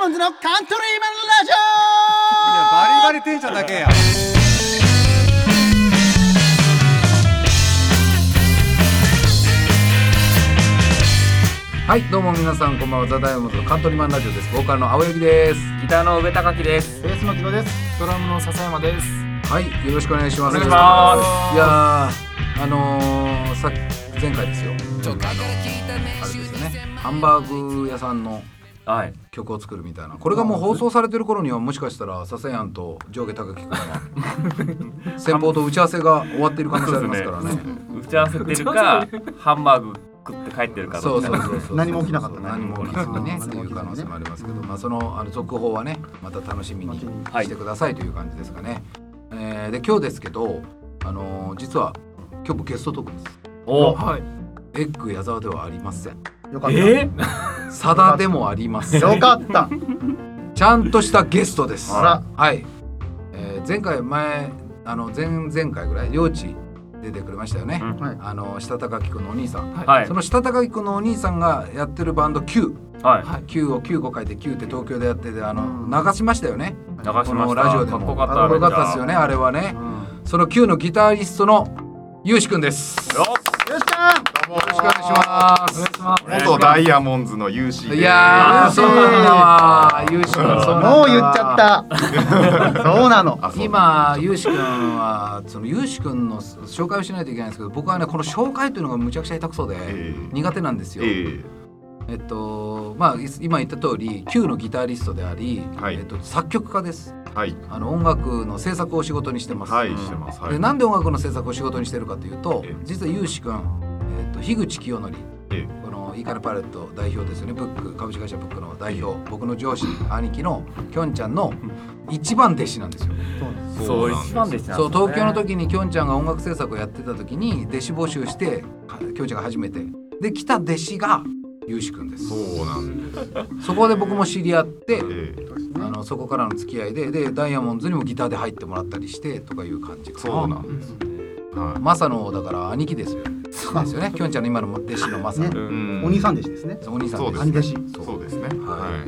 モンズのカントリーマンいやバリバラジリテンションだけやはいどうも皆さんこんばんはザ・ダイヤモンドのカントリーマンラジオですボーカルの青柳ですギターの上高木です。ベースの木戸です。ドラムの笹山です。はいよろしくお願いしますお願いしますいやーあのー、さ前回ですよちょっとあのあれですよねハンバーグ屋さんのはい。曲を作るみたいなこれがもう放送されてる頃にはもしかしたら笹谷と上下高木君が 先方と打ち合わせが終わっている可能性ありますからね打ち合わせて るか、ハンバーグ食って帰ってるかそどうちそらうそうそう何も起きなかったね 何も起きなかったねうんっていう可能性もありますけど、まあ、そのあの続報はねまた楽しみにはいしてくださいという感じですかね、えーで今日ですけど、あのー実は今日もゲストトークですおはい。エッグ矢沢ではありませんよかった。えー、さだでもありませんよかった。ちゃんとしたゲストですあらはい、えー前回前あの前々回ぐらい領地出てくれましたよね、うんはいあの下高木くんのお兄さん、はいそ。の下高木くんのお兄さんがやってるバンド Q はい。九を九個書いて九って東京でやっててあの流しましたよね。流しましこた。のラジオでもかっこよかった。かっこよかったですよねあれはね。その九のギタリストのゆうしくんです。よよっ。よしゃん。どうもろしくお願いします。元ダイヤモンズの UC ですいや嬉ーしいそうなんだわゆうしくんそうなんだわもう言っちゃった。 そうなの。あそう今ゆうしくんはそのゆうしくんの紹介をしないといけないんですけど僕はねこの紹介というのがむちゃくちゃ下手くそでええ苦手なんですよ。ええっとまあい今言った通り Q のギタリストであり、はいえっと、作曲家ですえはいあの音楽の制作を仕事にしてます、はいしてますはいでなんで音楽の制作を仕事にしてるかというとええ実は有志君、えー、と樋口清則ええこのイカルパレット代表ですよねブック株式会社ブックの代表僕の上司兄貴のきょんちゃんの一番弟子なんですよ。そうなん一番でした。そう東京の。時にきょんちゃんが音楽制作をやってた時に弟子募集してはきょんちゃんが初めてで来た弟子が有志君です。そうなんですそこで僕も知り合って、ええあのそこからの付き合いででダイヤモンドにもギターで入ってもらったりしてとかいう感じかそうなんですはマサのだから兄貴ですよ。ですよね。きょんちゃんの今の弟子のマサ、ねう。いうんんお兄さん弟子ですね。お兄さんそうです兄ね弟子。そうそうですはねい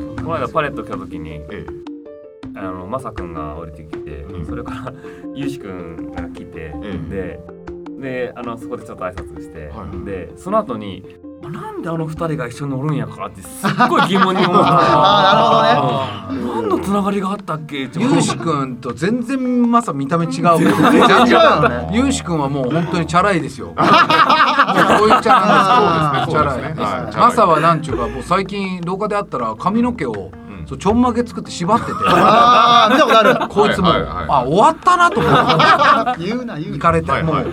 はこの間パレット来た時に、いえあのまさくんが降りてきて、うんそれから ゆうしくんが来て、えで、であのそこでちょっと挨拶して、はいはいでその後に。あなんであの二人が一緒に乗るんやかってすっごい疑問に思っ たあなるほどね何のつながりがあったっけゆうしくんと全然マサ見た目違うもん。違うよね。ゆうしくんはもう本当にチャラい ですよ。もうこういうチャラあいーチャラそうですねそうでい。すねはいマサはなんちゅうかもう最近廊下で会ったら髪の毛をんそうちょんまげ作って縛 ってて、ああ、見たことあこいつもはいはいはいあ終わったなと思ってる。言う な、言う行な。かれてはいもうはいはい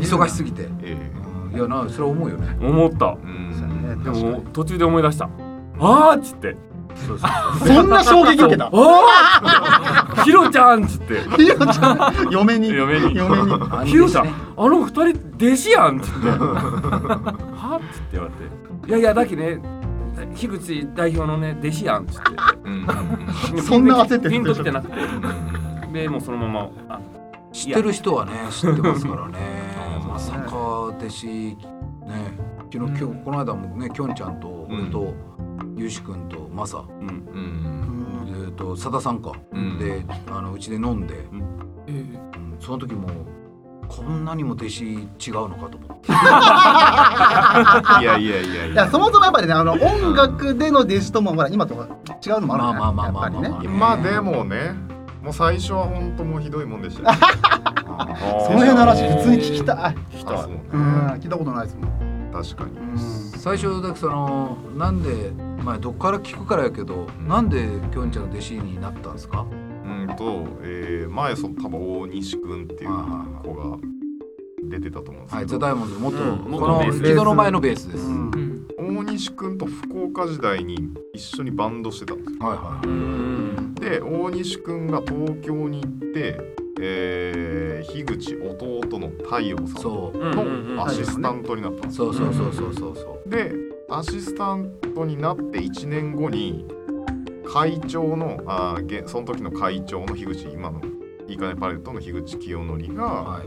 忙しすぎて。うんええいやなそれは思うよね。思ったうんでも途中で思い出した。あーっつって。そんな衝撃受けた。あーひろちゃんっつって。ひろちゃん、嫁に。嫁に嫁に。ひろちゃん、兄弟あの二人弟子やんっつって。はっつって言われて。いやいやだけね。樋口代表のね弟子やんっつ ってうんそんな焦ってるピンときてなくてでもうそのままあ知ってる人はね知ってますからねまさか弟子ね昨日今日この間もねきょんちゃんとうん俺とゆうしくんとマサうんうんえーとさださんかうんであのうちで飲んでんうんその時もこんなにも弟子違うのかと思っていやいやいやいいややそもそもやっぱりねあの音楽での弟子ともほら今とは違うのもあるじゃないまあまあまあまあやっぱりまねあまあでもねもう最初は本当もうひどいもんでしたねその辺の話普通に聞きたいあそうねうん聞いたことないですもん確かに最初だけそのなんでまあどっから聞くからやけどんなんできょんちゃんの弟子になったんですかうんと、えー、前その多分大西くんっていう子が出てたと思うんですはけいザ・ど、ダイヤモンドの元うんこ元のベー木ス戸の前のベースですは大西くんと福岡時代に一緒にバンドしてたんですよいはうんで大西くんが東京に行って、えー、樋口弟の太陽いさそうんうんんうんのアシスタントになったんですよそうそうそうそうそうそうでアシスタントになって1年後に会長のあーげその時の会長の樋口今のいいかねパレットの樋口清則が、はい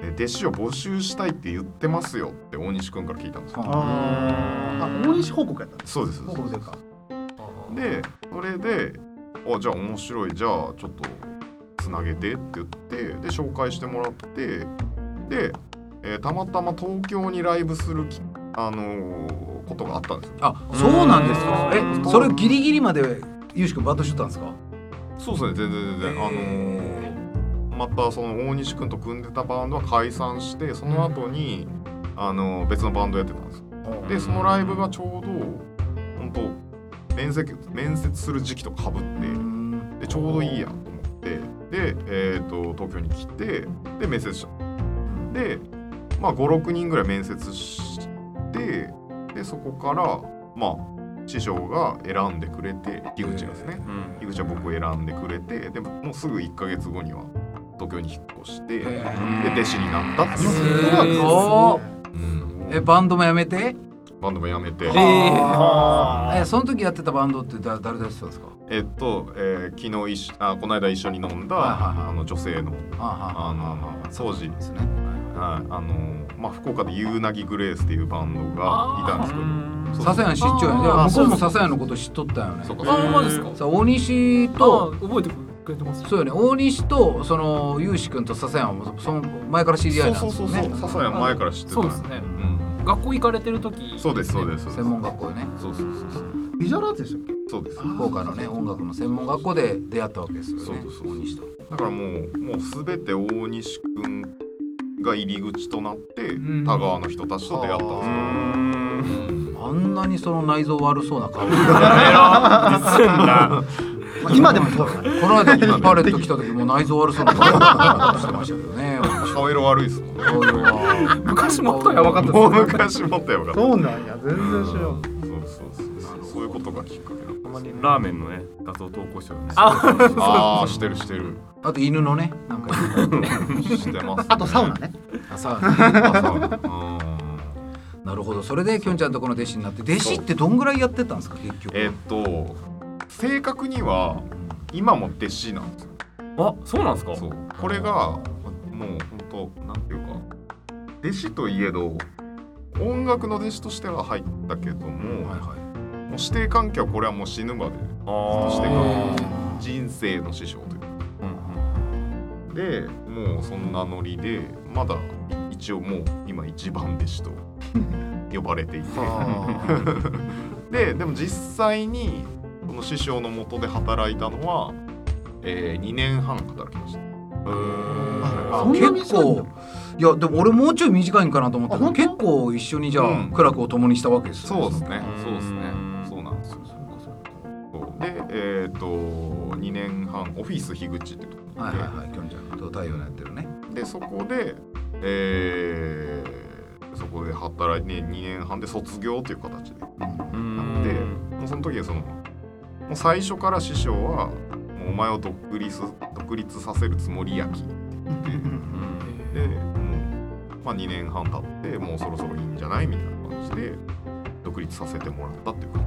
え弟子を募集したいって言ってますよって大西くんから聞いたんですよああーあ大西報告やったそうです報告というかでそれで「あじゃあ面白いじゃあちょっとつなげて」って言ってで紹介してもらってで、えーたまたま東京にライブするきあのーことがあったんですよ。あそうなんですかうえんそれギリギリまでゆうしくんバンドしてたんですかそうですね全然全然、あのーまたその大西君と組んでたバンドは解散してその後にあの別のバンドやってたんですよでそのライブがちょうど本当面接面接する時期とかぶってでちょうどいいやと思ってで、えー、と東京に来てで面接したで、まあ、56人ぐらい面接してでそこからまあ師匠が選んでくれて樋口がですねうん井口は僕を選んでくれてでももうすぐ1か月後には東京に引っ越してで弟子になったっていうすごいえおうんえバンドもやめてバンドも辞めてええその時やってたバンドってだ誰出してたんですかえっと、えー昨日一緒あこの間一緒に飲んはいはいはだいあの女性のああの当時、ですねはいあのまあ、福岡でユーナギグレースっていうバンドがいたんですけうんどそう笹谷知っちゃうよねいあやー向こうも笹谷のこと知っとったよねそうかそうかあ、マジですか。さあ大西あと、覚えてくれてます。そうよね大西とそのゆうしくんと笹谷はもうその前から知り合いなんそですうそようそうそねう笹谷前から知ってたそうですね。うん学校行かれてる時。そうですそうですそうです専門学校ねそうそうそうそうビジュアルアーツでしたっけそうです福岡のね音楽の専門学校で出会ったわけですよねそうそうそう大西とだからもうもう全て大西くんが入り口となってうん田川の人たちと出会ったんですよ。あんなにその内臓悪そうな顔こまあ今でもそうだねの間パレット来た時も内臓悪そうな顔してましたけどね顔色悪いですもんね。こういうのは昔もっとやばかったもう昔もったよかった。そうなんや全然知らんそうそうそうそういうことがきっかけだったたまにラーメンのね画像投稿してるねああしてるしてるあと犬のねなんかしてます、ね、あとサウナね朝あサウナうんなるほどそれできょんちゃんとこの弟子になって弟子ってどんぐらいやってたんですか結局えっと正確には今も弟子なんですよあそうなんですかそうこれがもう本当なんていうか弟子といえど音楽の弟子としては入ったけども、はいはもう師弟関係はこれはもう死ぬまであしてーから人生の師匠というかでもうそんなノリでまだ一応もう今一番弟子と呼ばれていて ででも実際にこの師匠のもとで働いたのは、え2年半働きましたあい結そんな短い構んだいやでも俺もうちょい短いんかなと思ったけどあ本当結構一緒にじゃあ、うん苦楽を共にしたわけですそうですねうんそうですねそうなんですよそうでえっ、と2年半オフィス樋口ってとこで,、はいはいはいきょんちゃんと太陽のやってるねでそこでえーそこで働いて2年半で卒業という形でうんでもうその時はそのもう最初から師匠はもうお前を独立独立させるつもりやきって言ってでもう、まあ、2年半経ってもうそろそろいいんじゃないみたいな感じで独立させてもらったっていうか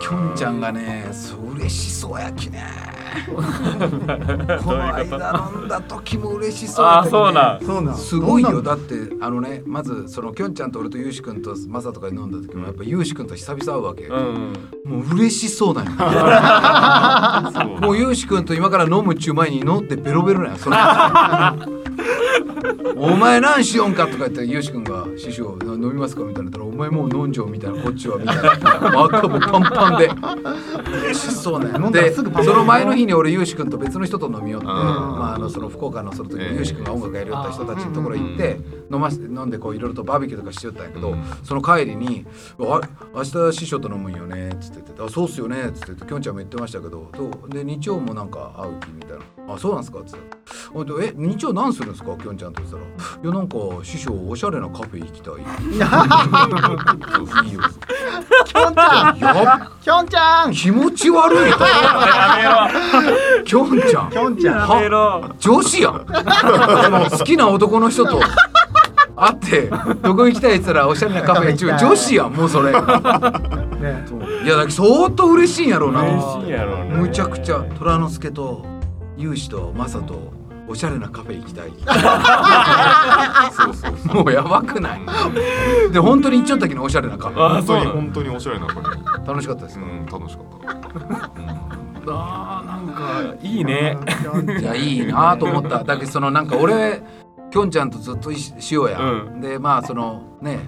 きょんちゃんがねそう嬉しそうやきね この間飲んだ時も嬉しそうやあったーきねそそううなんなんすごいどよんなだってあのねまずそのきょんちゃんと俺とゆうしくんとマサとかに飲んだ時もやっぱゆうしくんと久々会うわけ、うんもう嬉しそうなんよもうゆうしくんと今から飲むっちゅう前に飲んでベロベロなんやそ れお前何しよんかとか言ったらゆうしくんが師匠飲みますかみたいな言ったらお前もう飲んじゃおうみたいなこっちはみたいな赤もうパンパンで嬉し そうなん飲やんだらですそぐパンパンの前の日に俺ゆうしくんと別の人と飲みよってうんまああのその福岡のその時ええにゆうしくんが音楽やりよった人たちのところ行って飲ませて飲んでこういろいろとバーベキューとかしよったんやけど、うんその帰りに「あ明日師匠と飲むんよね」っつってて「あそうっすよね」っつっててきょんちゃんも言ってましたけどどうで日曜もなんか会う気みたいな「あそうなんすか」っつって「ほんでえ日曜何するんですかきょんちゃん」と言ってたら「いやなんか師匠おしゃれなカフェ行きたい」いいよきょんちゃんやきょんちゃん気持ち悪いときょんちゃんきょんちゃんやめろ女子やんその好きな男の人と会ってどこ行きたいっつったらおしゃれなカフェ一応女子やんもうそれいやだねから相当 嬉しいんやろうなと思って嬉しいやろうねむちゃくちゃ虎之助と勇士とマサとおしゃれなカフェ行きたいそうそうそうもうやばくないで本当に行っちゃった時のおしゃれなカフェ本当に本当におしゃれな感じ楽しかったですか、うん楽しかった、うんあーなんかいいねいやいいなと思っただけどそのなんか俺きょんちゃんとずっといししようや、うでまあそのね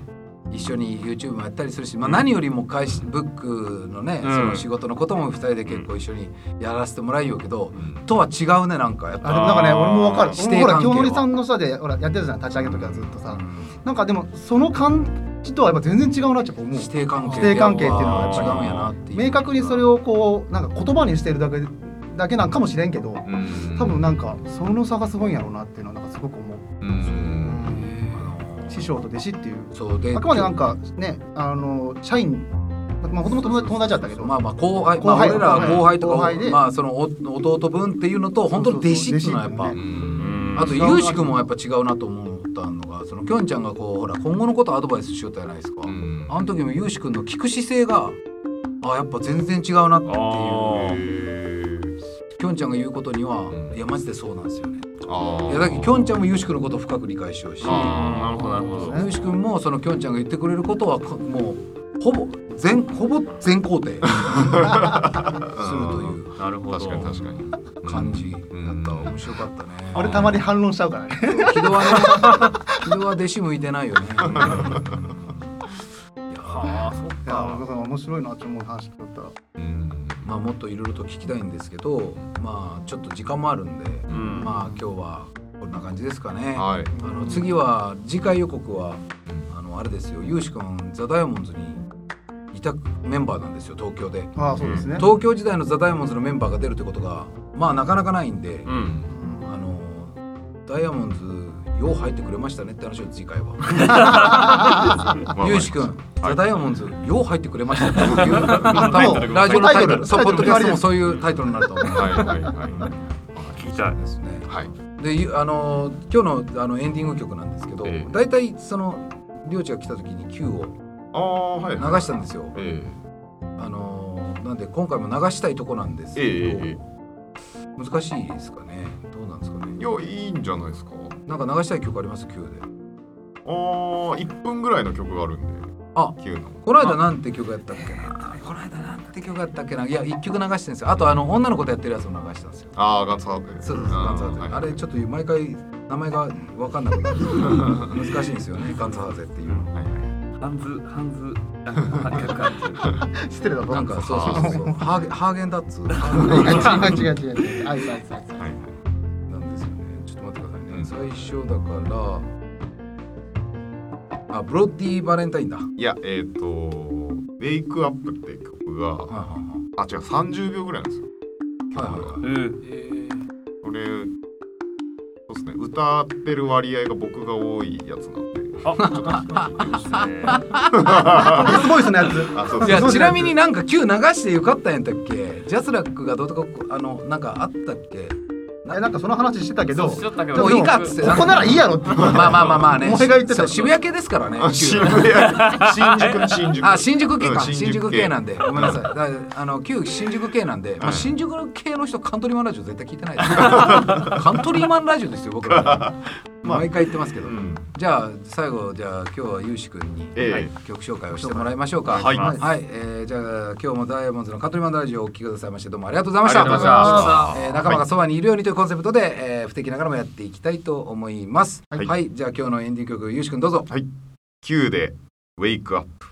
一緒に YouTube もやったりするし、まあ、何よりも会社ブックのね、うんその仕事のことも2人で結構一緒にやらせてもらいようけど、とは違うねなんかやっぱあでもなんかねあー俺もわかる師弟俺もほら関係清は則さんのさでほらやってたじゃん立ち上げの時はずっとさなんかでもその感じとはやっぱ全然違うなってやっぱ思う師弟関係師弟関係っていうのはやっぱり違うんやなっていう明確にそれをこうなんか言葉にしてるだけだけなんかもしれんけどうん多分なんかその差がすごいんやろうなっていうのはなんかすごく思う、うん師匠と弟子っていうそうであくまでなんかねあの社員まあもともと友達だったけどまあまあ後輩後輩まあ、俺らは後輩とか後輩でまあそのお弟分っていうのと本当に弟子っていうのはやっぱそうそうそう弟子っていうのねうんあとゆうしくんもやっぱ違うなと思ったのがそのきょんちゃんがこうほら今後のことアドバイスしようじゃないですか、うんあの時もゆうしくんの聞く姿勢があやっぱ全然違うなっていうあきょんちゃんが言うことには、うんいやマジでそうなんですよねあーいやだけどきょんちゃんもゆうしくんのことを深く理解しようしあーなるほどなるほどゆうしくんもそのきょんちゃんが言ってくれることはこもうほぼ全ほぼ全肯定するというなるほど確かに確かに感じだったうん面白かったね俺たまに反論しちゃうからね木戸はね木戸は弟子向いてないよね いあーそっやだから面白いなって思う話だったらうんまあもっといろいろと聞きたいんですけどまあちょっと時間もあるんで、うんまあ今日はこんな感じですかね。はいあの次は次回予告はあのあれですよゆうしくんザ・ダイヤモンドズにいたメンバーなんですよ東京でああそうですね、東京時代のザ・ダイヤモンドズのメンバーが出るってことがまあなかなかないんで、うんあのダイヤモンズよう入ってくれましたねって話を次回は。ゆうしくん、ザ・ダイヤモンズ、よう入ってくれましたって いうタイトルがラジオのタイトル、そう、ポタッイドトキルャストもそういうタイトルになると思う。はいはいは聞きたいですね。いはいで、ゆあのー今日のあのエンディング曲なんですけどええ、大体そのりょうちが来た時に Q をああはい流はいしたんですよ。えあのーなんで今回も流したいとこなんですえええけどえ、え難しいですかね。どうなんですかえいね。やいいんじゃないですかなんか流したい曲あります Q で。あー1分ぐらいの曲があるんであ、 9のこの間なんて曲やったっけな。この間なんて曲やったっけな。いや、一曲流してるんですよ。あとあの女の子とやってるやつも流したんですよ。ああガッツハートそうです、ガンツハーゼあれちょっと毎回名前が分かんなくなる難しいんですよねガンツハーゼっていうはいはいハンズハンズあ100感失礼だぞなんかそうそうそうそうハーゲハーゲンダッツ違うな違う違う違うあいつあいつあいつはいんですよねちょっと待ってくださいね、最初だからあブロッディバレンタインだはいいやえっ、ー、と「ウェイクアップ」っていう曲がはいはあ違う30秒ぐらいなんですよいはいはいはいじ うんこれそうですね歌ってる割合が僕が多いやつなんですごいそのやつあそういでやすねちなみになんか Q 流してよかったんやったっけジャスラックがどうとかあのなんかあったっけえなんかその話してたけどそうしちゃったけどもういいかっつってここならいいやろってまあまあまあまあねお前が言ってたそう渋谷系ですからねあ Q 渋 谷新宿の新宿あ新宿系か、うん新宿系なんでごめんなさいうんだからあの旧新宿系なんで、まうあ、ん新宿系の人カントリーマンラジオ絶対聞いてないです カントリーマンラジオですよ僕 ら、毎回言ってますけど、うんじゃあ最後じゃあ今日はゆうし君に、ええはい曲紹介をしてもらいましょうかはいはいえーじゃあ今日もダイヤモンドのカントリーマンラジオをお聴きくださいましてどうもありがとうございましたありがとうございましたえー仲間がそばにいるようにというコンセプトで、えー不敵ながらもやっていきたいと思いますは、はいいじゃあ今日のエンディング曲ゆうし君どうぞはい Q でウェイクアップ